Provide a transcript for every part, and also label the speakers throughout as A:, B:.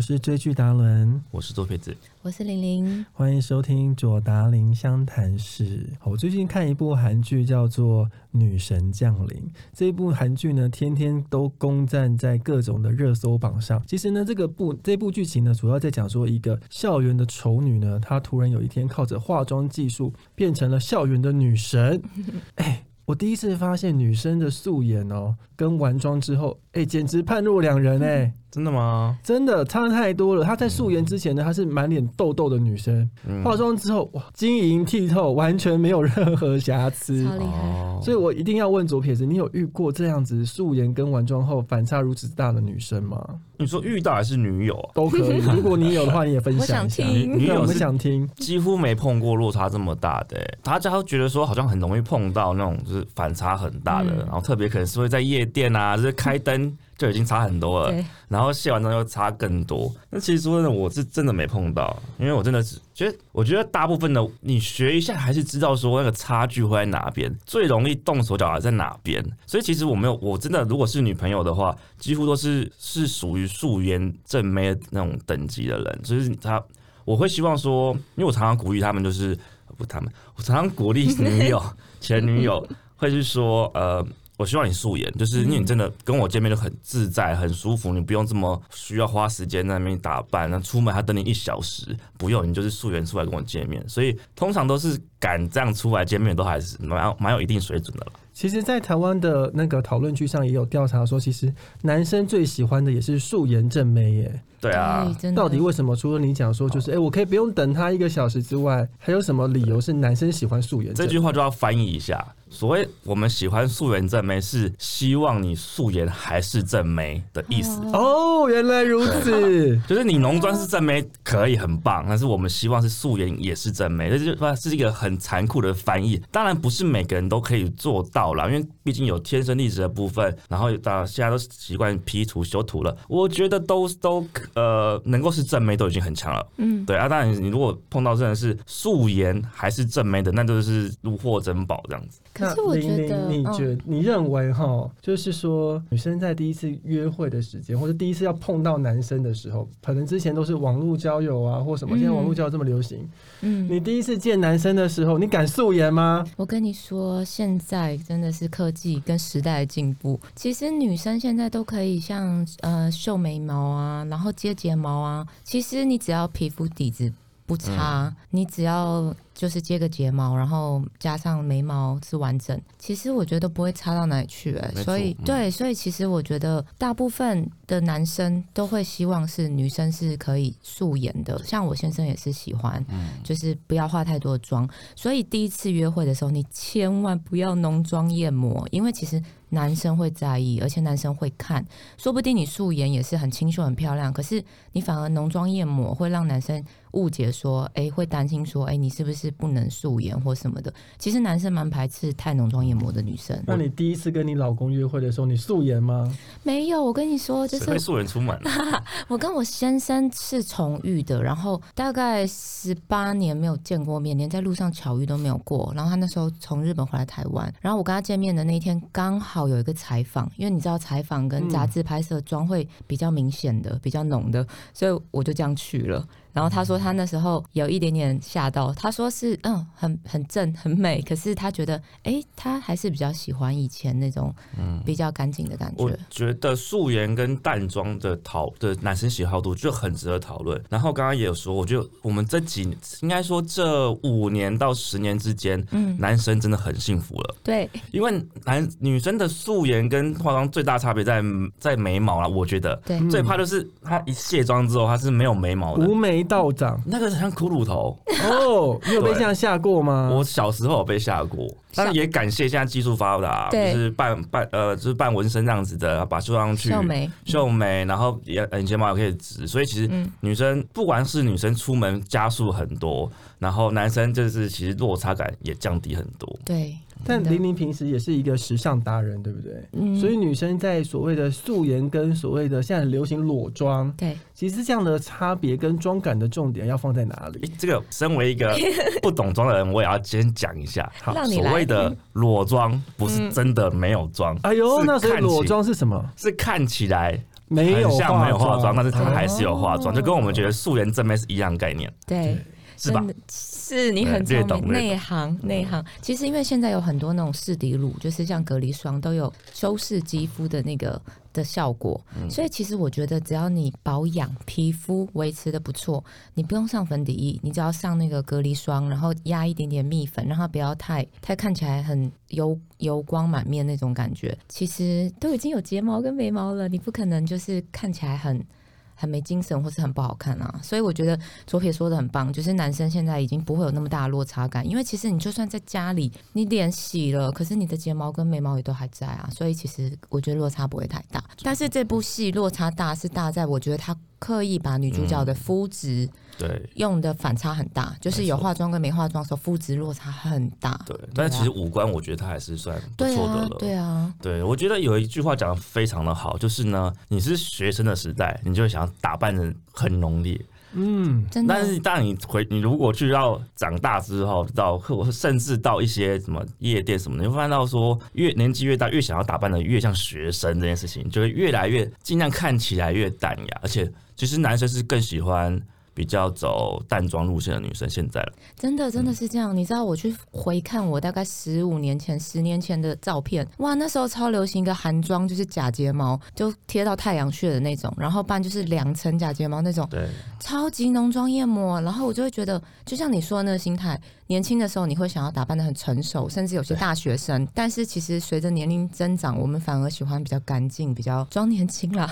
A: 是追剧达伦，
B: 我是左撇子，
C: 我是玲玲，
A: 欢迎收听左达林湘潭市。好我最近看一部韩剧，叫做《女神降临》。这一部韩剧呢，天天都攻占在各种的热搜榜上。其实呢，这个部这部剧情呢，主要在讲说一个校园的丑女呢，她突然有一天靠着化妆技术变成了校园的女 神。哎，我第一次发现女生的素颜哦，跟完妆之后，哎，简直判若两人哎。
B: 真的吗？
A: 真的差太多了。她在素颜之前呢，她是满脸痘痘的女生，
B: 嗯
A: 化妆之后哇，晶莹剔透，完全没有任何瑕 疵。
C: 超厉害，
A: 所以我一定要问左撇子，你有遇过这样子素颜跟完妆后反差如此大的女生吗？
B: 你说遇到还是女友啊？
A: 都可以，如果你有的话，你也分享一下。
C: 我想
B: 女
C: 听
B: 女
A: 对我
B: 友
A: 们
B: 是
A: 想听，
B: 几乎没碰过落差这么大的、欸，大家都觉得说好像很容易碰到那种就是反差很大的，
C: 嗯
B: 然后特别可能是会在夜店啊，就是开灯就已经差很多
A: 哦
B: 了，
C: 对，
B: 然后卸完妆又差更多。那其实说真的，我是真的没碰到，因为我真的是觉得，我觉得大部分的你学一下还是知道说那个差距会在哪边，最容易动手脚的在哪边。所以其实我没有，我真的如果是女朋友的话，几乎都是是属于素颜正妹的那种等级的人，所以她我会希望说，因为我常常鼓励他们，就是不他们，我常常鼓励女友前女友会是说呃。我希望你素颜，就是因为你真的跟我见面就很自在、很舒服，你不用这么需要花时间在那边打扮，那出门还等你一小时，不用，你就是素颜出来跟我见面。所以通常都是敢这样出来见面，都还是蛮蛮有一定水准的了。
A: 其实，在台湾的那个讨论区上也有调查说，其实男生最喜欢的也是素颜正妹耶。
B: 对啊，
C: 对真的
A: 到底为什么？除了你讲说，就是
B: 哦
A: 哎、诶我可以不用等他一个小时之外，还有什么理由是男生喜欢素颜
B: 这
A: 正妹？
B: 句话就要翻译一下。所谓我们喜欢素颜正妹，是希望你素颜还是正妹的意思。
C: 嗯
A: 哦，原来如此。
B: 就是你浓妆是正妹可以很棒，但是我们希望是素颜也是正妹，这就是说是一个很残酷的翻译。当然不是每个人都可以做到啦，因为毕竟有天生丽质的部分，然后到现在都习惯 P 图修图了，我觉得都都呃能够是正妹都已经很强了。
C: 嗯，
B: 对啊，当然你如果碰到真的是素颜还是正妹的，那就是如获珍宝这样子。
C: 可是我
A: 那玲
C: 觉得，
A: 玲你觉
C: 嗯，
A: 你认为哈，就是说女生在第一次约会的时间，或者第一次要碰到男生的时候，可能之前都是网络交友啊，或什么，
C: 嗯
A: 现在网络交友这么流行，
C: 嗯，
A: 你第一次见男生的时候，你敢素颜吗？
C: 我跟你说，现在真的是科技跟时代的进步。其实女生现在都可以像呃秀眉毛啊，然后接睫毛啊。其实你只要皮肤底子不差，
B: 嗯
C: 你只要就是接个睫毛，然后加上眉毛是完整，其实我觉得不会差到哪里去、欸。
B: 没错
C: 所以、
B: 嗯
C: 对，所以其实我觉得大部分的男生都会希望是女生是可以素颜的，像我先生也是喜欢，就是不要化太多的妆。所以第一次约会的时候，你千万不要浓妆艳抹，因为其实男生会在意，而且男生会看。说不定你素颜也是很清秀、很漂亮，可是你反而浓妆艳抹，会让男生误解说，哎、会担心说，哎、你是不是不能素颜或什么的？其实男生蛮排斥太浓妆艳抹的女生。
A: 那你第一次跟你老公约会的时候，你素颜吗？
C: 没有，我跟你说，就
B: 谁
C: 是
B: 会素颜出门、啊？
C: 我跟我先生是重遇的，然后大概十八年没有见过面，连在路上巧遇都没有过。然后他那时候从日本回来台湾，然后我跟他见面的那一天刚好有一个采访，因为你知道采访跟杂志拍摄妆会比较明显的、比较浓的，所以我就这样去了。然后他说他那时候有一点点吓到，他说是嗯很很正很美，可是他觉得诶，他还是比较喜欢以前那种嗯比较干净的感觉。
B: 我觉得素颜跟淡妆的讨的男生喜好度就很值得讨论。然后刚刚也有说，我觉得我们这几应该说这五年到十年之间，
C: 嗯，
B: 男生真的很幸福了，
C: 对，
B: 因为男女生的素颜跟化妆最大差别在在眉毛啦，我觉得
C: 对
A: 嗯
B: 最怕就是她一卸妆之后她是没有眉毛的
A: 无，眉道长
B: 那个很像骷髅头。
A: 哦，你有被
B: 对
A: 这样吓过吗？
B: 我小时候有被吓过，但也感谢现在技术发达，就
C: 对
B: 是扮扮呃，就是扮纹身这样子的，把绣上去，
C: 秀眉
B: 秀眉，然后眼眼睫毛也可呃以直，所以其实
C: 嗯
B: 女生不管是女生出门加速很多，然后男生就是其实落差感也降低很多。
C: 对，
A: 但
C: 真的
A: 玲玲平时也是一个时尚达人，对不对？
C: 嗯
A: 所以女生在所谓的素颜跟所谓的现在很流行裸妆，
C: 对，
A: 其实这样的差别跟妆感的重点要放在哪里
B: 诶？这个身为一 个不懂妆的人，我也要先讲一下，
A: 好
C: 让你
B: 所
C: 来嗯
B: 谓的裸妆不是真的没有妆，
A: 哎呦，
B: 是
A: 那所以
B: 看起
A: 裸妆是什么？
B: 是看起来
A: 没有
B: 很像没有化妆，
A: 妆，啊
B: 但是她还是有化妆，
C: 哦
B: 就跟我们觉得素颜正妹是一样概念，
C: 对，
B: 是吧
C: 真？的是你
B: 对
C: 很
B: 略
C: 聪
B: 懂嗯
C: 明，
B: 略
C: 内行内行。其实因为现在有很多那种适底乳，就是像隔离霜，都有修饰肌肤的那个的效果。
B: 嗯
C: 所以其实我觉得，只要你保养皮肤维持的不错，你不用上粉底液，你只要上那个隔离霜，然后压一点点蜜粉，让它不要太太看起来很油油光满面那种感觉。其实都已经有睫毛跟眉毛了，你不可能就是看起来很。很没精神，或是很不好看啊，所以我觉得左撇说的很棒，就是男生现在已经不会有那么大的落差感，因为其实你就算在家里，你脸洗了，可是你的睫毛跟眉毛也都还在啊，所以其实我觉得落差不会太大。但是这部戏落差大是大在，我觉得他刻意把女主角的肤质
B: 对。
C: 用的反差很大，就是有化妆跟没化妆的时候肤质落差很大。
B: 对，但是
C: 对啊
B: 其实五官我觉得她还是算不
C: 对
B: 错的
C: 啊
B: 了。，
C: 对啊，
B: 对，我觉得有一句话讲的非常的好，就是呢，你是学生的时代，你就会想要打扮的很浓烈，
A: 嗯，
C: 真的
B: 但。是当你回你如果去到长大之后，到或甚至到一些什么夜店什么的，你会发现到说，越年纪越大，越想要打扮的越像学生这件事情，就会越来越尽量看起来越淡雅，而且其实男生是更喜欢。比较走淡妆路线的女生，现在了，
C: 真的真的是这样，你知道我去回看我大概十五年前、十年前的照片，哇，那时候超流行一个韩妆，就是假睫毛，就贴到太阳穴的那种，然后不然就是两层假睫毛那种，
B: 对，
C: 超级浓妆艳抹。然后我就会觉得，就像你说的那个心态，年轻的时候你会想要打扮的很成熟，甚至有些大学生，但是其实随着年龄增长，我们反而喜欢比较干净、比较装年轻啦。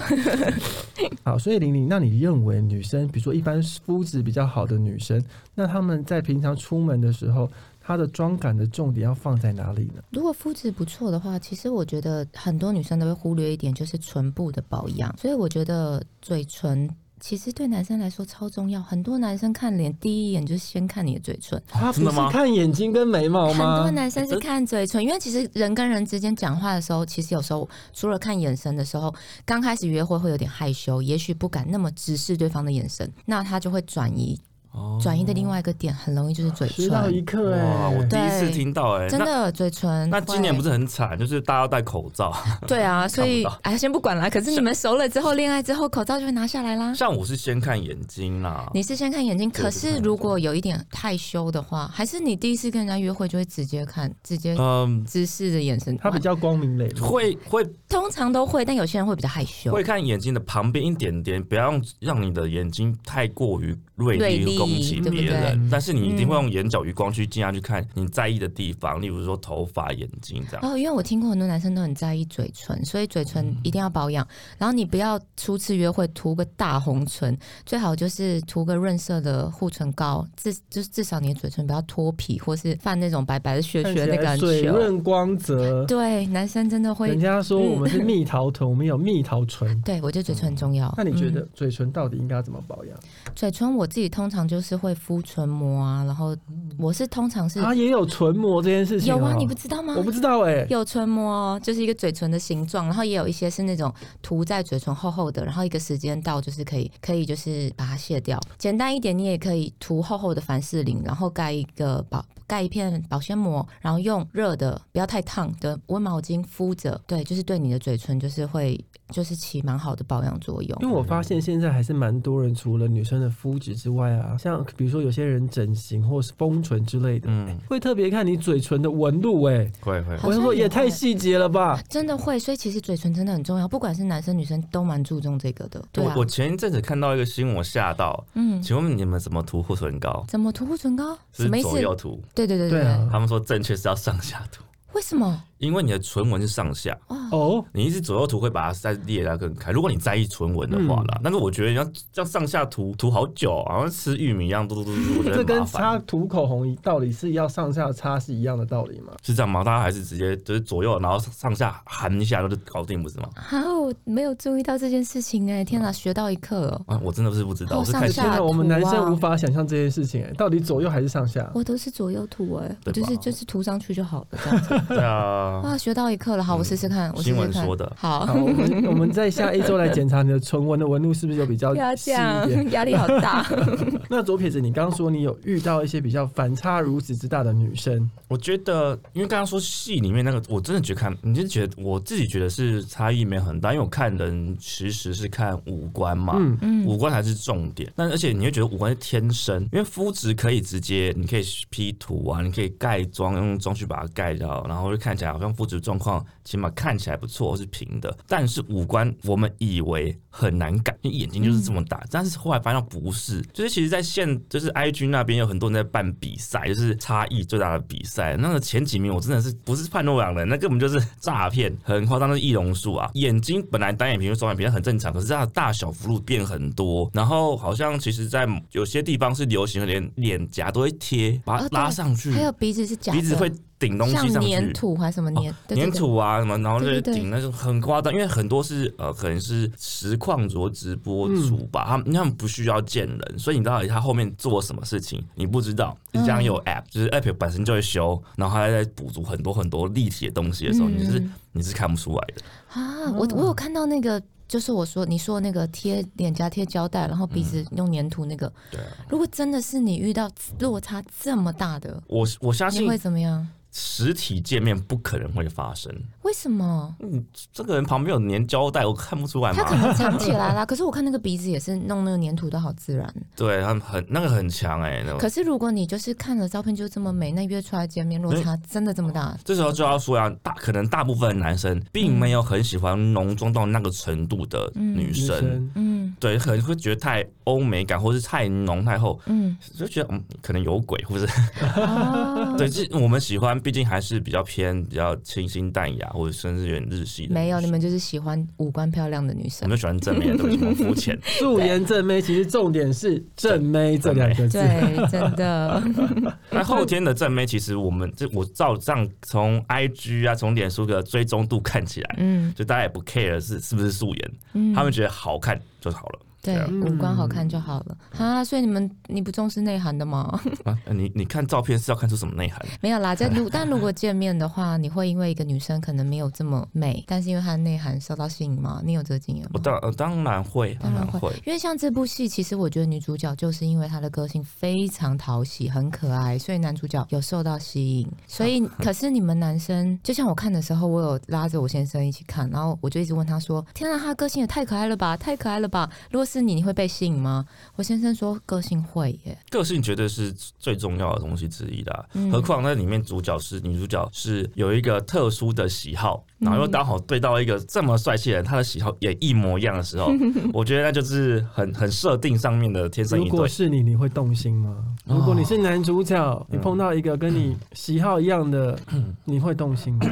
A: 好，所以玲玲，那你认为女生，比如说一般肤质比较好的女生，那她们在平常出门的时候，她的妆感的重点要放在哪里呢？
C: 如果肤质不错的话，其实我觉得很多女生都会忽略一点，就是唇部的保养。所以我觉得嘴唇其实对男生来说超重要。很多男生看脸第一眼就是先看你的嘴唇，
A: 她
B: 啊真
A: 不
B: 的
A: 是
B: 吗
A: 看眼睛跟眉毛
C: 很多
A: 吗？
C: 男生是看嘴唇，因为其实人跟人之间讲话的时候，其实有时候除了看眼神的时候，刚开始约会会有点害羞，也许不敢那么直视对方的眼神，那他就会转移
B: 哦
C: 转移的另外一个点，很容易就是嘴
A: 学到一
C: 唇。
A: 课
B: 哇，
A: 哎、
B: 我第一次
C: 对
B: 听到哎、
C: 真的嘴唇，
B: 那。那今年不是很惨，就是大家要戴口罩，
C: 对啊，所以
B: 嗯看不到
C: 哎，先不管啦。可是你们熟了之后，恋爱之后，口罩就会拿下来啦。
B: 像我是先看眼睛啦，
C: 你是先看眼睛，
B: 对
C: 可
B: 是
C: 是
B: 看眼
C: 如
B: 睛
C: 果有一点害羞的话，还是你第一次跟人家约会就会直接看，直接
B: 嗯，
C: 直视的眼神。
A: 她比较光明磊落。
B: 会会
C: 通常都会，但有些人会比较害羞
B: 会。看眼睛的旁边一点点，不要让让你的眼睛太过于锐
C: 锐
B: 利
C: 利
B: 攻击
C: 对不
B: 别
C: 对
B: 人，但是你一定会
C: 嗯
B: 用眼角余光去尽量去看你在意的地方，例如说头发、眼睛这样。
C: 哦，因为我听过很多男生都很在意嘴唇，所以嘴唇一定要保养。然后你不要初次约会涂个大红唇，最好就是涂个润色的护唇膏，至就是至少你的嘴唇不要脱皮或是泛那种白白的血
A: 看起
C: 血的
A: 来
C: 感
A: 水
C: 觉。
A: 润光 泽，
C: 对，男生真的会嗯
A: 人家说我们是蜜桃臀，我们有蜜桃唇。
C: 对，我觉得嘴唇很重要。
A: 那你觉得
C: 嗯
A: 嘴唇到底应该怎么保养？
C: 嘴唇我自己通常就是会敷唇膜啊，然后我是通常是
A: 嗯啊，也有唇膜这件事情、
C: 有
A: 哦。
C: 啊，你不知道吗
A: 我？不知道哎、
C: 有唇膜哦，就是一个嘴唇的形状，然后也有一些是那种涂在嘴唇厚厚的，然后一个时间到就是可以可以就是把它卸掉。简单一点，你也可以涂厚厚的凡士林，然后盖一个保盖一片保鲜膜，然后用热的不要太烫的温毛巾敷着，对，就是对你的嘴唇就是会就是起蛮好的保养作用。
A: 因为我发现现在还是蛮多人，除了女生的肤质之外啊，像比如说有些人整形或是丰唇之类的，
B: 嗯，
A: 会特别看你嘴唇的纹路、哎，
B: 会会。
C: 好
A: 我
C: 像
A: 想
C: 啊
A: 说
C: 也
A: 也
C: 会
A: 太细节了吧？
C: 真
B: 嗯
C: 的会，所以其实嘴唇真的很重要，不管是男生女生都蛮注重这个的。对啊
B: 我，我前一阵子看到一个新闻，我吓到。
C: 嗯，
B: 请问你们怎么涂护唇膏？
C: 怎么涂护唇膏？
B: 是
C: 什么意思
B: 左？右涂？
C: 对对对
A: 对
C: 对，
A: 啊，
B: 他们说正确是要上下涂，
C: 为什么？
B: 因为你的唇纹是上下，
A: 哦，
B: 你一直左右涂会把它再裂到更开。如果你在意唇纹的话
A: 嗯
B: 啦，但是我觉得你要这样上下涂涂好久，好像吃玉米一样，嘟嘟嘟嘟，我觉得
A: 这
B: 很
A: 跟
B: 麻烦
A: 擦涂口红一道理是要上下擦是一样的道理吗？
B: 是这样吗？大家还是直接就是左右，然后上下含一下，就搞定，不是吗？
C: 啊，我没有注意到这件事情哎、天哪，学到一课了。
B: 啊，我真的是不知道，
C: 哦
B: 我是
A: 哎
B: 看
C: 上
A: 天哪，
C: 下涂
A: 我们男生
C: 啊
A: 无法想象这件事情、哎，到底左右还是上下？
C: 我都是左右涂哎、
B: 对吧
C: 我就是就是涂上去就好了，这样子。
B: 对啊，啊，
C: 哇，学到一课了，好，我试试看， 我试
B: 嗯新
C: 试
B: 闻
C: 看
B: 说。的，
C: 好
A: 好，，我们我们在下一周来检查你的唇纹的纹路是不是有比较
C: 不 要
A: 细
C: 这
A: 一点。
C: 样，压力好 大。
A: 那左撇子，你刚刚说你有遇到一些比较反差如此之大的女生，
B: 我觉得，因为刚刚说戏里面那个，我真的觉得看，你就觉得我自己觉得是差异没有很大，因为我看人其实是看五官嘛，
A: 嗯，
B: 五
C: 嗯，
B: 官才是重点。但而且你会觉得五官是天生，因为肤质可以直接，你可以 P 图啊，你可以盖妆，用妆去把它盖掉，然后就看起来好像肤质状况起码看起来不错，是平的。但是五官我们以为很难改，你眼睛就是这么大，但是后来发现不是，就是其实在现就是 IG 那边有很多人在办比赛，就是差异最大的比赛，那个前几名我真的是不是判若两人，那根本就是诈骗，很夸张，那是易容术啊，眼睛本来单眼皮跟双眼皮很正常，可是它的大小幅度变很多，然后好像其实在有些地方是流行的连脸颊都会贴，把它
C: 哦对
B: 拉上去，
C: 还有鼻子是假的，
B: 嗯鼻子会顶东西
C: 像
B: 上去，
C: 粘土还是什么粘对对
B: 粘
C: 对
B: 土啊什么，然后就
C: 对对对
B: 顶那种很夸张，因为很多是呃可能是实况主或直播主吧，
C: 嗯
B: 他们他们不需要见人，所以你到底他后面做什么事情你不知道。你
C: 嗯
B: 这样有 app，、就是 app 本身就会修，然后它在补足很多很多立体的东西的时候，
C: 嗯
B: 你是你是看不出来的。哦
C: 啊，我我有看到那个，就是我说你说那个贴脸颊贴胶带，然后鼻子用粘土那个，
B: 嗯对啊，
C: 如果真的是你遇到落差这么大的，
B: 我我相
C: 你
B: 信
C: 会怎么样？
B: 实体见面不可能会发生。
C: 为什 么？
B: 嗯，这个人旁边有粘胶带，我看不出来
C: 他可
B: 嘛。
C: 能藏起来啦，可是我看那个鼻子也是弄那个粘土都好自然。
B: 对，他们很那个很强哎、那个
C: 可是如果你就是看了照片就这么美，那约出来见面落差
B: 嗯
C: 真的这么 大？
B: 这时候就要说呀、大可能大部分男生并没有很喜欢浓妆到那个程度的女
A: 女
B: 生，
A: 生
C: 嗯
B: 对，可能会觉得太欧美感，或是太浓太厚，
C: 嗯
B: 就觉得嗯，可能有鬼，或者，
C: 啊
B: 对，就是我们喜欢，毕竟还是比较偏比较清新淡雅，或者甚至有点日系的。
C: 没有，你。们就是喜欢五官漂亮的女
B: 我
C: 生。
B: 们就喜欢正面的，对不起，我肤浅。
A: 素颜正妹，其实重点是“正妹”这两个字。
C: 对，真的，
B: 那后天的正妹，其实我们这我照这样从 IG 啊，从脸书的追踪度看起来，
C: 嗯
B: 就大家也不 care 是是不是素颜，
C: 嗯，
B: 他们觉得好看就好了。
C: 对
A: 嗯
C: 五官好看就好了啊。所以你们你不重视内涵的吗？
B: 啊，你你看照片是要看出什么内涵？
C: 没有啦，在 如但如果见面的话，你会因为一个女生可能没有这么美，但是因为她的内涵受到吸引吗？你有这个经验吗
B: 我？当呃当然会，
C: 当然会
B: 会。
C: 因为像这部戏，其实我觉得女主角就是因为她的个性非常讨喜，很可爱，所以男主角有受到吸引。所以，可是你们男生，就像我看的时候，我有拉着我先生一起看，然后我就一直问他说：“天啊，他个性也太可爱了吧，太可爱了吧！如果是你，你会被吸引吗？”我先生说：“个性会耶。
B: 个性绝对是最重要的东西之一啦。
C: 嗯
B: 何况那里面主角是女主角是有一个特殊的喜好，然后又刚好对到一个这么帅气的人，他的喜好也一模一样的时候，我觉得那就是很很设定上面的天生
A: 如
B: 一
A: 果
B: 对。
A: 是你，你会动心吗？
B: 哦嗯
A: 如果你是男主角，你碰到一个跟你喜好一样的，你会动心 吗？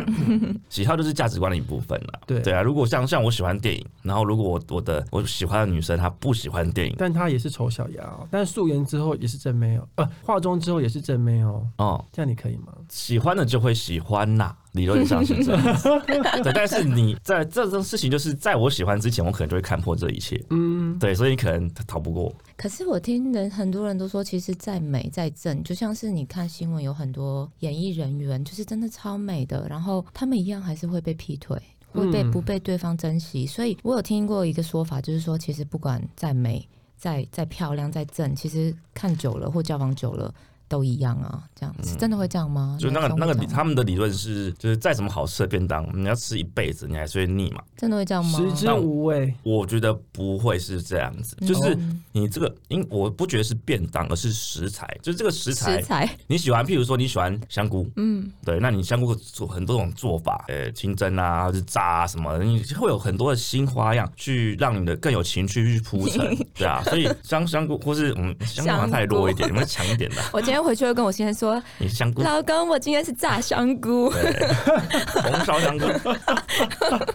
B: 喜好就是价值观的一部分啦。
A: 对
B: 对啊，如果像像我喜欢电影，然后如果我我的我喜欢的女生她不喜欢电影，
A: 但他也是丑小鸭哦，但素颜之后也是正妹哦，呃，化妆之后也是正妹哦，
B: 哦、
A: 这样你可以吗？
B: 喜欢的就会喜欢呐、理论上是这样子，对。但是你在这种事情，就是在我喜欢之前，我可能就会看破这一切，
A: 嗯，
B: 对，所以你可能逃不过。”
C: 可是我听人很多人都说，其实再美再正，就像是你看新闻有很多演艺人员，就是真的超美的，然后他们一样还是会被劈腿。会被
A: 嗯
C: 不被对方珍惜，所以我有听过一个说法，就是说，其实不管再美、再再漂亮、再正，其实看久了或交往久了都一样啊。这样是真的会这样吗？
B: 嗯就那
C: 男
B: 个
C: 生
B: 那
C: 会
B: 个
C: 这
B: 理，
C: 样吗
B: 他们的理论是，就是再怎么好吃的便当，你要吃一辈子，你还是会腻嘛。
C: 真的会这样吗？
A: 食之无味，
B: 我觉得不会是这样子，就是
C: 嗯
B: 你这个，因我不觉得是便当，而是食材。就是这个食材
C: 食，材，
B: 你喜欢，譬如说你喜欢香菇，
C: 嗯
B: 对，那你香菇做很多种做法，呃，清蒸啊，或是炸啊什么的，你会有很多的新花样去让你的更有情趣去 铺陈，对啊。所以香香菇或是嗯，香菇好像太弱一点，你们强一点的，
C: 我今天回去会跟我先生 说，
B: 你 香菇。
C: 老公，我今天是炸香菇，
B: 对，红烧香菇，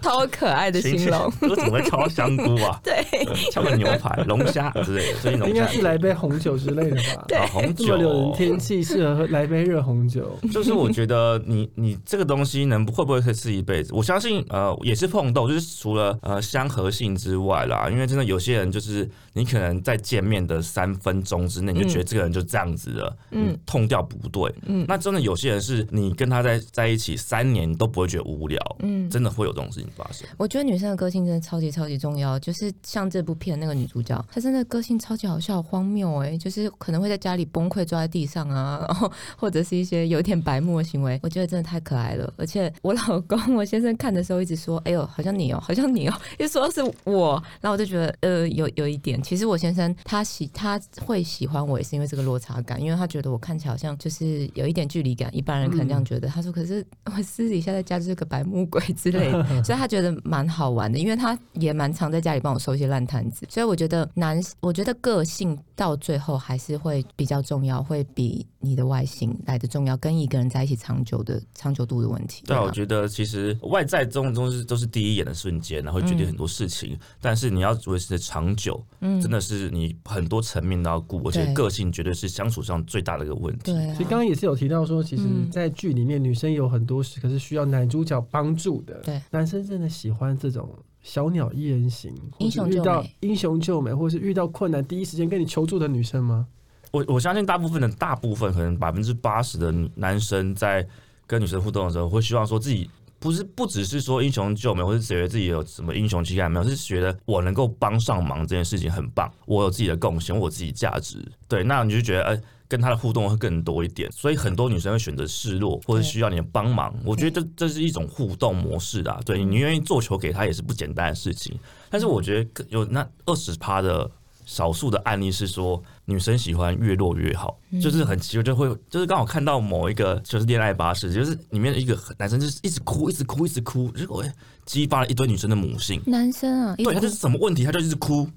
C: 超可爱的
B: 情
C: 形
B: 趣
C: 容。，
B: 我怎么会敲香菇啊？
C: 对，
B: 敲个牛排、龙虾之类的，最近龙
A: 应
B: 虾
A: 该是来杯红酒之类的 吧？
C: 对
B: 啊红
A: 这么
B: 酒
A: 六人天气适合喝来杯热红酒，
B: 就是我觉得你你这个东西能会不会可以吃一辈子？我相信呃也是碰到，就是除了呃相合性之外啦，因为真的有些人就是你可能在见面的三分钟之内你就觉得这个人就这样子了，嗯，痛调不对，嗯，那真的有些人是你跟他在在一起三年你都不会觉得无聊，嗯，真的会有这种事情发生。
C: 我觉得女生的个性真的超级超级重要，就是像这部片那个女主角，她真的个性超级好笑、荒谬哎、就是可能会在家里崩溃坐在地上啊， 然后或者是一些有一点白目的行为，我觉得真的太可爱了。而且我老公我先生看的时候一直说：“哎呦，好像你哦、好像你哦、一说是我，然后我就觉得呃有有一点，其实我先生他喜他会喜欢我也是因为这个落差感，因为他觉得我看起来好像就是有一点距离感，一般人可能这样觉得。他说：“可是我私底下在家就是个白目鬼之类的。”所以他觉得蛮好玩的，因为他也蛮常在家里帮我收一些烂摊子，所以我觉得男，我觉得个性到最后还是会比较重要，会比你的外形来的重要，跟一个人在一起长久的长久度的问题。
B: 对啊，我觉得其实外在这种东西都是第一眼的瞬间，然后会决定很多事情。但是你要维持的长久，真的是你很多层面都要顾，而且
C: 对
B: 个性绝对是相处上最大的一个问题。
C: 对啊
A: 所以，刚刚也是有提到说，其实，
C: 嗯
A: 在剧里面女生有很多时刻是需要男主角帮助的。
C: 对，
A: 男生真的喜欢这种小鸟依人型，
C: 英雄
A: 或是遇
C: 救
A: 到
C: 美
A: 英雄救美，或是遇到困难第一时间跟你求助的女生吗？
B: 我我相信大部分的大部分可能百分之八十的男生在跟女生互动的时候，会希望说自己。不是，不只是说英雄救美，或是觉得自己有什么英雄气概没有，是觉得我能够帮上忙这件事情很棒，我有自己的贡献，我有自己价值。对，那你就觉得，呃，跟他的互动会更多一点。所以很多女生会选择示弱，或者需要你的帮忙。我觉得这这是一种互动模式啦。对你愿意做球给他也是不简单的事情。但是我觉得更有那二十趴的少数的案例是说，女生喜欢越弱越好，就是很奇怪，就会就是刚好看到某一个就是恋爱巴士，就是里面一个男生就是一直哭，一直哭，一直哭，结果哎激发了一堆女生的母性。
C: 男生啊，一
B: 对，他就
C: 直
B: 是什么问题他就一直哭。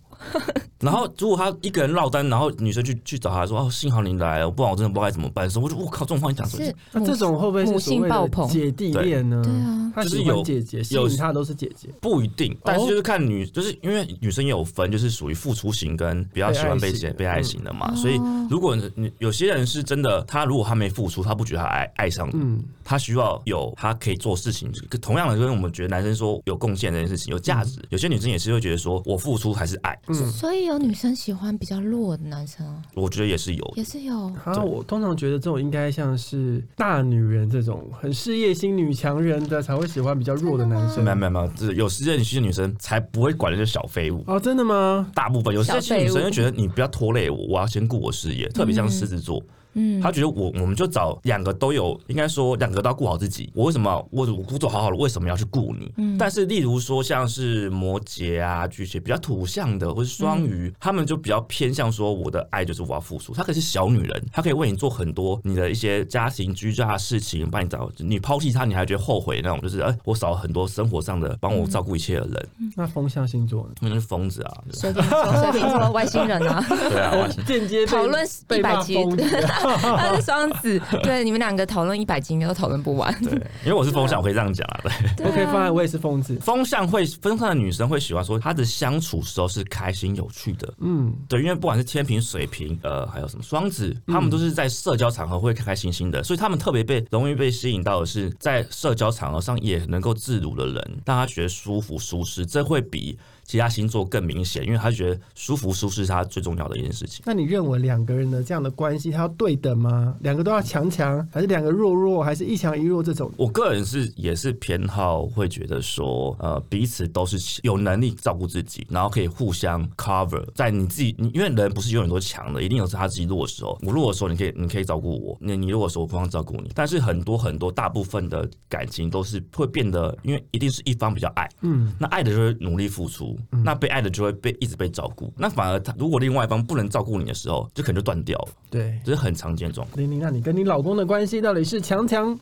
B: 然后如果他一个人落单，然后女生去去找他说：“哦，幸好你来了，不然我真的不知道该怎么办。”说：“我就我靠，这种话你讲出去
C: 是
A: 那
C: 母
A: 这种会不会
C: 母
A: 是所
C: 性
A: 谓
C: 爆
A: 的
C: 棚
A: 姐弟恋呢？
C: 对啊
A: 他
B: 就是
A: 喜欢
B: 有
A: 姐姐，吸
B: 有
A: 引他都是姐姐。
B: 不一
A: 哦
B: 定，但是就是看女，就是因为女生也有分，就是属于付出型跟比较喜欢被
A: 被爱型嗯
B: 被爱型的嘛。所以如果你有些人是真的，他如果他没付出，他不觉得他爱爱上你，
A: 嗯，
B: 他需要有他可以做事情。同样的，跟我们觉得男生说有
A: 嗯
B: 贡献这件事情有价值，有些女生也是会觉得说我付出还是爱，
A: 嗯
C: 所以有女生喜欢比较弱的男生啊，
B: 我觉得也是有的。
C: 也是有。
A: 啊，我通常觉得这种应该像是大女人这种很事业心、女强人的才会喜欢比较弱的男生
B: 没。有没有没有，就是有时间你去女生才不会管那些小废物。
A: 哦，真的吗？
B: 大部分有些
C: 小废物
B: 女生就觉得你不要拖累我，我要先顾我事业，特别像狮子座，
C: 嗯，
B: 他觉得我我们就找两个都有，应该说两个都要顾好自己。我为什么我我工作好好的，为什么要去顾你？
C: 嗯
B: 但是例如说像是摩羯啊、巨蟹比较土象的，或是双
C: 嗯
B: 鱼，他们就比较偏向说我的爱就是我要付出。她可是小女人，她可以为你做很多你的一些家庭居家的事情，帮你找你抛弃她，你还觉得后悔那种，就是哎、我少了很多生活上的帮我照顾一切的人，
C: 嗯
A: 那风象星座呢？
B: 他们就是疯子啊，
C: 水瓶座，水瓶座外星人啊，
B: 对啊，完全
A: 呃间接被
C: 讨论
A: 被
C: 一百
A: 骂
C: 集
A: 疯子
C: 他是双子，对你们两个讨论一百集应该都讨论不完。
B: 对，因为我是风象，我可以这样讲啊，对。
C: 对啊
A: OK，方案我也是疯子。
B: 风向会风向的女生会喜欢说，她的相处时候是开心有趣的。
A: 嗯，
B: 对，因为不管是天平、水瓶，呃，还有什么双子，他们都是在社交场合会开开心心的，所以他们特别被容易被吸引到的是，在社交场合上也能够自如的人，让他觉得舒服舒适，这会比其他星座更明显，因为他觉得舒服舒适是他最重要的一件事情。
A: 那你认为两个人的这样的关系，他要对等吗？两个都要强强，还是两个弱弱，还是一强一弱这种？
B: 我个人是也是偏好会觉得说，呃，彼此都是有能力照顾自己，然后可以互相 cover，在你自己，你因为人不是永远都强的，一定有他自己弱的时候。我弱的时候，你可以你可以照顾我，你你弱的时候，我不妨照顾你。但是很多很多大部分的感情都是会变得，因为一定是一方比较爱，
A: 嗯，
B: 那爱的就会努力付出，那被爱的就会被一直被照顾。那反而他如果另外一方不能照顾你的时候，就可能就断掉了，
A: 对。
B: 这是很常见的状况。
A: 玲玲，那你跟你老公的关系到底是强 强，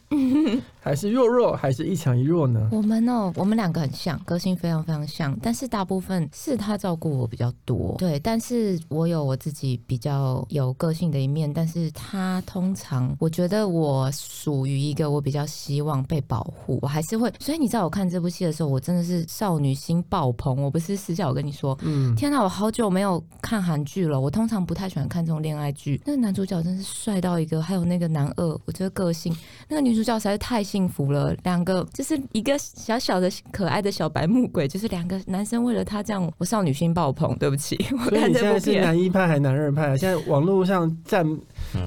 A: 还是弱弱，还是一强一弱呢？
C: 我们哦，我们两个很像，个性非常非常像，但是大部分是他照顾我比较多，对，但是我有我自己比较有个性的一面，但是他通常我觉得我属于一个我比较希望被保护，我还是会，所以你知道我看这部戏的时候，我真的是少女心爆棚，我不是私下我跟你说，
A: 嗯，
C: 天哪，我好久没有看韩剧了。我通常不太喜欢看这种恋爱剧。那个男主角真是帅到一个，还有那个男二，我觉得个性。那个女主角实在是太幸福了，两个就是一个小小的可爱的小白目鬼，就是两个男生为了她这样，我少女心爆棚。对不起，我
A: 所以
C: 看
A: 你现
C: 这
A: 在
C: 部
A: 是
C: 片。
A: 啊男一派还是男二派？现在网络上站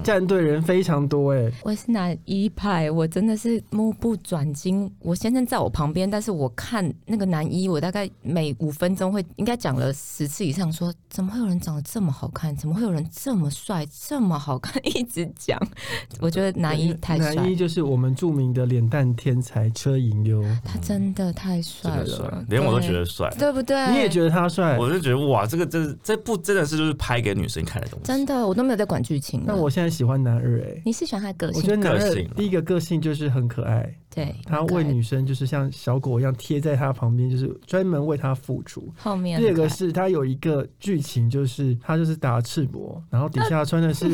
A: 站队人非常多哎、
C: 我是男一派，我真的是目不转睛。我先生在我旁边，但是我看那个男一，我大概每五分钟会应该讲了十次以上说，怎么会有人长得这么好看？怎么会有人这么帅？这么好看？一直讲， 我觉得男一太帅，
A: 男一就是我们著名的脸蛋天才车银优，
C: 他真的太帅
B: 真
C: 了，
B: 的帅，连我都觉得帅
C: 对，。对不对？
A: 你也觉得他帅？
B: 我就觉得哇，这个真这部真的是就是拍给女生看的东西。
C: 真的，我都没有在管剧情了。
A: 那我现在喜欢男二哎、
C: 你是喜欢他的个
A: 我觉得
C: 性？
A: 男
B: 个
A: 二
B: 性啊
A: 第一个个性就是很可爱，
C: 对，
A: 他为女生就是像小狗一样贴在他旁边，就是专门为他付出。
C: 后面
A: 第二个
C: 很可爱
A: 是他有一个剧情，就是他就是打赤膊，然后底下穿的 是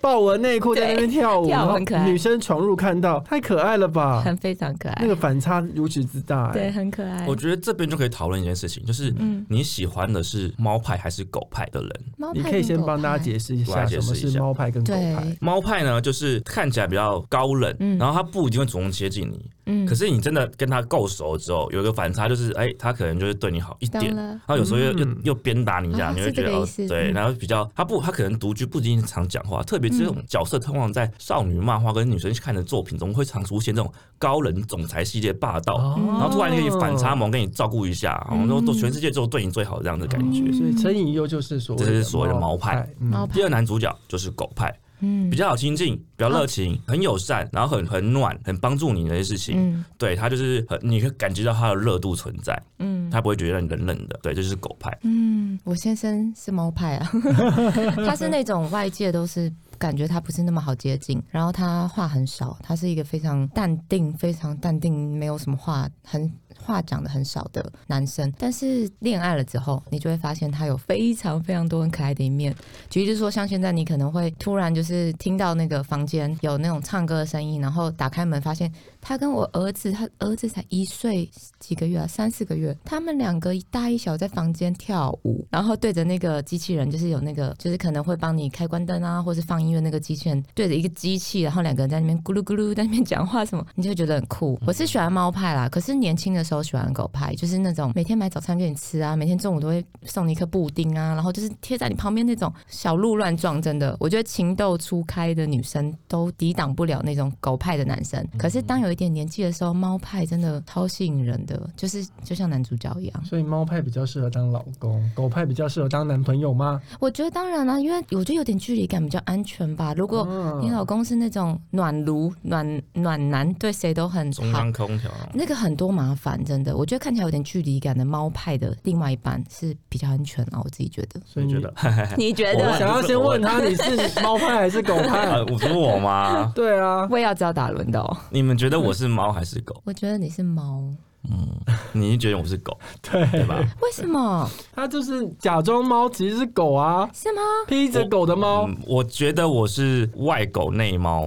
A: 豹纹内裤，在那边跳舞，
C: 对
A: 然
C: 跳舞
A: 后
C: 很可爱
A: 女生闯入看到，太可爱了吧？
C: 很非常可爱，
A: 啊那个反差如此之大、
C: 对，
A: 哎，
C: 很可爱
B: 我。觉得这边就可以讨论一件事情，就是
C: 嗯，
B: 你喜欢的是猫派还是狗派的人？
C: 猫
A: 你
C: 派
A: 可以
C: 跟
A: 先
C: 狗
A: 帮大家
C: 派
A: 解释一
B: 我
A: 下
B: 来
A: 什
B: 解
A: 么
B: 释
A: 是
B: 一下
A: 猫派跟狗派
C: 对。，
B: 猫派呢，就是看起来比较高冷，
C: 嗯
B: 然后他不一定会主动接近你，
C: 嗯，
B: 可是你真的跟他够熟之后，有一个反差就是，哎、他可能就是对你好一点，
C: 当然
B: 然后有时候又、又
A: 嗯
B: 又鞭打你这样，
C: 啊
B: 你会
C: 是
B: 觉
C: 这
B: 得
C: 个
B: 哦
C: 意思
B: 对，
C: 嗯
B: 然后比较他不，他可能独居不一定常讲话，特别这种
C: 嗯
B: 角色通常在少女漫画跟女生看的作品中会常出现这种高冷总裁系列霸道，
A: 哦
B: 然后突然给你反差萌，给你照顾一下，然后都
C: 嗯
B: 都全世界只有对你最好这样的感觉。
A: 嗯所以陈颖优就是所谓
B: 这是所谓的猫派
A: 派，嗯
C: 猫派
B: 第二男主角就是狗派，
C: 嗯
B: 比较好亲近，比较热情，很友善，然后很很暖，很帮助你的一些事情。
C: 嗯
B: 对他就是很，你会感觉到他的热度存在，
C: 嗯
B: 他不会觉得让你冷冷的。对，这就是狗派。
C: 嗯，我先生是猫派 啊，他是那种外界都是。感觉他不是那么好接近，然后他话很少，他是一个非常淡定、非常淡定，没有什么话，很话讲的很少的男生。但是恋爱了之后，你就会发现他有非常非常多很可爱的一面。举例就是说，像现在你可能会突然就是听到那个房间有那种唱歌的声音，然后打开门发现他跟我儿子，他儿子才一岁几个月啊，三四个月，他们两个一大一小在房间跳舞，然后对着那个机器人，就是有那个，就是可能会帮你开关灯啊，或是放音乐那个机器人，对着一个机器，然后两个人在那边咕噜咕噜在那边讲话什么，你就会觉得很酷。我是喜欢猫派啦，可是年轻的时候喜欢狗派，就是那种每天买早餐给你吃啊，每天中午都会送你一颗布丁啊，然后就是贴在你旁边那种小鹿乱撞，真的，我觉得情窦初开的女生都抵挡不了那种狗派的男生。可是当有一点年纪的时候，猫派真的超吸引人的，就是就像男主角一样。
A: 所以猫派比较适合当老公，狗派比较适合当男朋友吗？
C: 我觉得当然啦、因为我觉得有点距离感比较安全吧。如果
A: 嗯
C: 你老公是那种暖炉、暖暖男，对谁都很
B: 中
C: 好。
B: 央空调，
C: 那个很多麻烦，真的，我觉得看起来有点距离感的猫派的另外一半是比较安全啊，我自己觉得。
A: 所以
B: 你
A: 你
B: 觉 得？
C: 你觉
B: 得我
A: 想要先问他你是猫派还是狗
B: 啊
A: 派？
B: 我说我吗？
A: 对啊，
C: 我也要知道打轮的哦。
B: 你们觉得我是猫还是狗？
C: 我觉得你是猫，
B: 你觉得我是狗， 对
A: 对，
B: 吧？
C: 为什
B: Oh
C: 么？
A: 他就是假装猫，其实是狗啊，
C: 是吗？
A: 披着狗的猫，
B: 嗯，我觉得我是外狗内猫，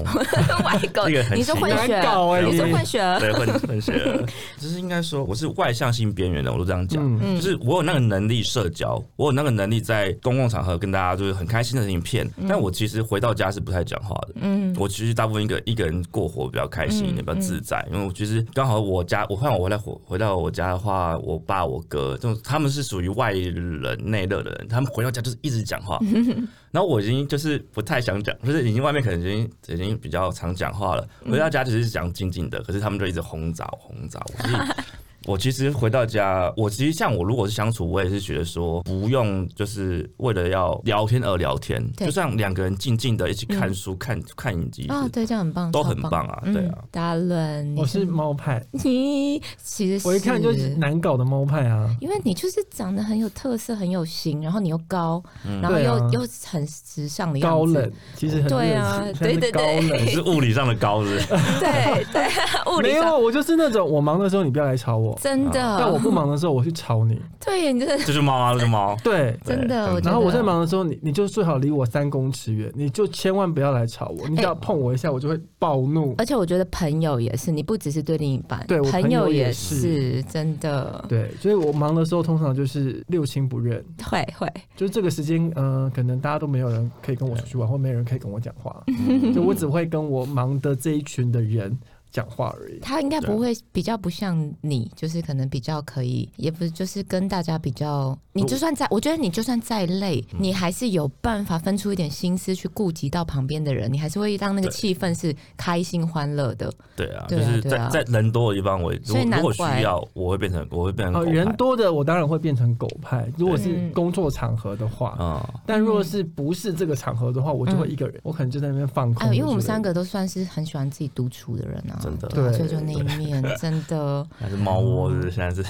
C: 外狗，
B: 这个很
C: 你是混
B: 奇
C: 血
A: 难，搞哎、
B: 对
C: 啊你是
A: 你
C: 混血儿，
B: 对，混混血儿，就是应该说我是外向性边缘的，我都这样讲。
A: 嗯，
C: 嗯
B: 就是我有那个能力社交，我有那个能力在公共场合跟大家就是很开心的影片，但我其实回到家是不太讲话的。
C: 嗯
B: 我其实大部分一个一个人过活比较开心一点，
C: 嗯
B: 比较自在，因为我其实刚好我家，我换我回来回回到我家的话，我爸我哥这种他们是属于外冷内热的人，他们回到家就是一直讲 话，然后我已经就是不太想讲，就是已经外面可能已经已经比较常讲话了，
C: 嗯
B: 回到家只是想静静的，可是他们就一直轰炸我轰炸我，所以我其实回到家，我其实像我如果是相处，我也是觉得说不用就是为了要聊天而聊天，
C: 对嗯
B: 就像两个人静静的一起看书、看看影集，
C: 哦，对，这样很棒，
B: 都很
C: 超
B: 棒啊对啊
C: 嗯打轮，
A: 我是猫派，
C: 你其实是
A: 我一看就是难搞的猫派啊。
C: 因为你就是长得很有特色，很有型，然后你又高，然后
A: 对
C: 又、
A: 啊
C: 又很时尚的样子，
A: 高冷，其实很热
C: 对啊
A: 情，
C: 对
A: 但是
C: 对
A: 高冷。
B: 你是物理上的高人，
C: 对 对，物
A: 没
C: 理上哦
A: 有，我就是那种我忙的时候你不要来吵我，
C: 真
A: 但我
C: 的，
A: 不忙的时候我去吵你。
C: 对，你真的
B: 就是猫啊，就是猫。
A: 对，
B: 对
C: 真的，
B: 嗯
C: 我觉得
A: 然后我在忙的时候，你你就最好离我三公尺远，你就千万不要来吵
C: 哎
A: 我，你只要碰我一下，我就会暴怒。
C: 而且我觉得朋友也是，你不只是对另一半，
A: 对我朋友
C: 友
A: 也
C: 也
A: 是
C: 真的，
A: 对，所以我忙的时候通常就是六亲不认，
C: 会会，
A: 就是这个时间，嗯、可能大家都没有人
C: 嗯
A: 可以跟我出去玩，或没有人可以跟我讲话，就我只会跟我忙的这一群的人讲话而已。
C: 他应该
B: 对啊
C: 不会比较不像你，就是可能比较可以，也不是就是跟大家比较，你就算再，我觉得你就算再累，你还是有办法分出一点心思去顾及到旁边的人，你还是会让那个
B: 对
C: 气氛是开心欢乐的。
B: 对啊，
C: 对啊
B: 就是
C: 对
B: 在
C: 啊
B: 在人多的地方，我如
C: 所以
B: 果如
C: 难
B: 果
C: 怪
B: 需要，我会变成我会变成
A: 哦，
B: 狗
A: 人
B: 派
A: 多的我当然会变成狗派，如果是
C: 嗯
A: 工作场合的话，
B: 嗯，
A: 但如果是不是这个场合的话，我就会一个人，我可能就在那边放空
C: 嗯哎
A: 之类的。
C: 呦，因为我们三个都算是很喜欢自己独处的人啊，
B: 真的
C: 对啊，
A: 对
C: 所以就那一面 真的，
B: 还是猫窝，是不是现在是，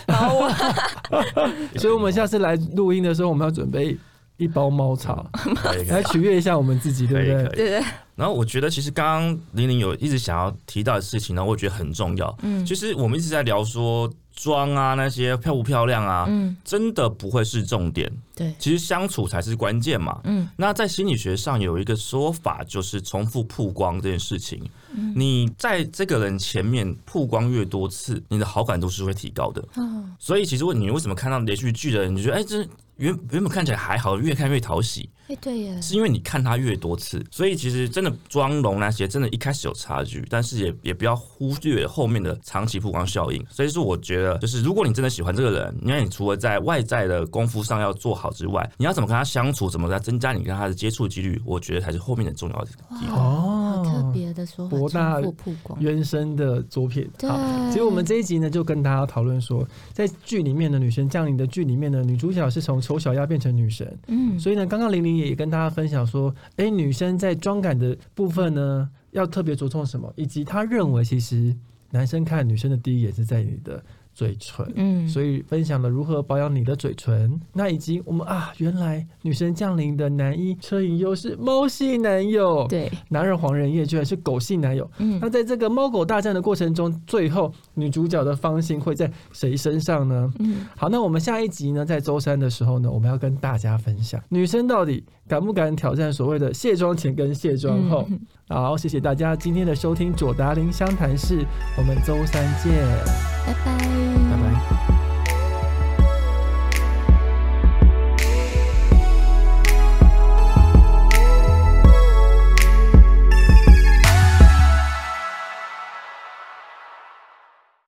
A: 所以我们下次来录音的时候，我们要准备一包猫草，
B: 可以可
A: 来
B: 以
A: 取悦一下我们自己，对不
B: 嗯可以
A: 对
B: 可？以。
C: 对对，
B: 然后我觉得其实刚刚玲玲有一直想要提到的事情，然后我觉得很重要，
C: 嗯
B: 就是我们一直在聊说妆啊那些漂不漂亮啊，
C: 嗯
B: 真的不会是重点，
C: 对，
B: 其实相处才是关键嘛。
C: 嗯
B: 那在心理学上有一个说法，就是重复曝光这件事情。
C: 嗯
B: 你在这个人前面曝光越多次，你的好感度是会提高的。
C: 啊，
B: 所以其实你为什么看到连续剧的人，你就觉得哎，这原原本看起来还好，越看越讨喜，
C: 哎对耶，
B: 是因为你看他越多次。所以其实真的妆容那些，真的一开始有差距，但是也也不要忽略后面的长期曝光效应。所以说，我觉得就是如果你真的喜欢这个人，那你除了在外在的功夫上要做好之外，你要怎么跟他相处，怎么来增加你跟他的接触几率，我觉得才是后面的重要的地方。
C: 好
A: 哦
C: 特别的说法，
A: 博大
C: 重复曝光，
A: 原生的左撇子。
C: 对
A: 好，啊其实我们这一集呢，就跟大家讨论说，在剧里面的女神降临的剧里面的女主角是从丑小鸭变成女神，
C: 嗯，
A: 所以呢，刚刚玲玲也跟大家分享说，哎，女生在妆感的部分呢，要特别着重什么，以及她认为其实男生看女生的第一眼是在你的嘴唇。
C: 嗯，
A: 所以分享了如何保养你的嘴唇，那以及我们啊，原来女神降临的男一车银优是猫系男友，
C: 对，
A: 男二黄仁烨居然是狗系男友。
C: 嗯
A: 那在这个猫狗大战的过程中，最后女主角的芳心会在谁身上呢？
C: 嗯
A: 好，那我们下一集呢，在周三的时候呢，我们要跟大家分享女生到底敢不敢挑战所谓的卸妆前跟卸妆后。
C: 嗯
A: 好，谢谢大家今天的收听，左达林湘潭市，我们周三见。
C: 拜拜。